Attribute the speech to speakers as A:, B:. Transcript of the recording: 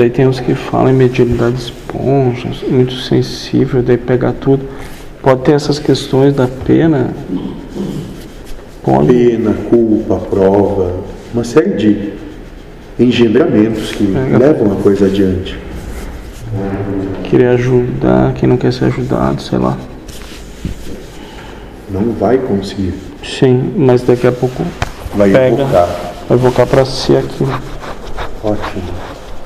A: Daí tem uns que falam em mediunidade de esponja, muito sensível, daí pegar tudo. Pode ter essas questões da pena. Pode.
B: Pena, culpa, prova, uma série de engendramentos que
A: É.
B: levam a coisa adiante.
A: Querer ajudar quem não quer ser ajudado, sei lá.
B: Não vai conseguir,
A: Sim, mas daqui a pouco
B: vai
A: Pega.
B: invocar.
A: vai voltar pra si aqui.
B: Ótimo.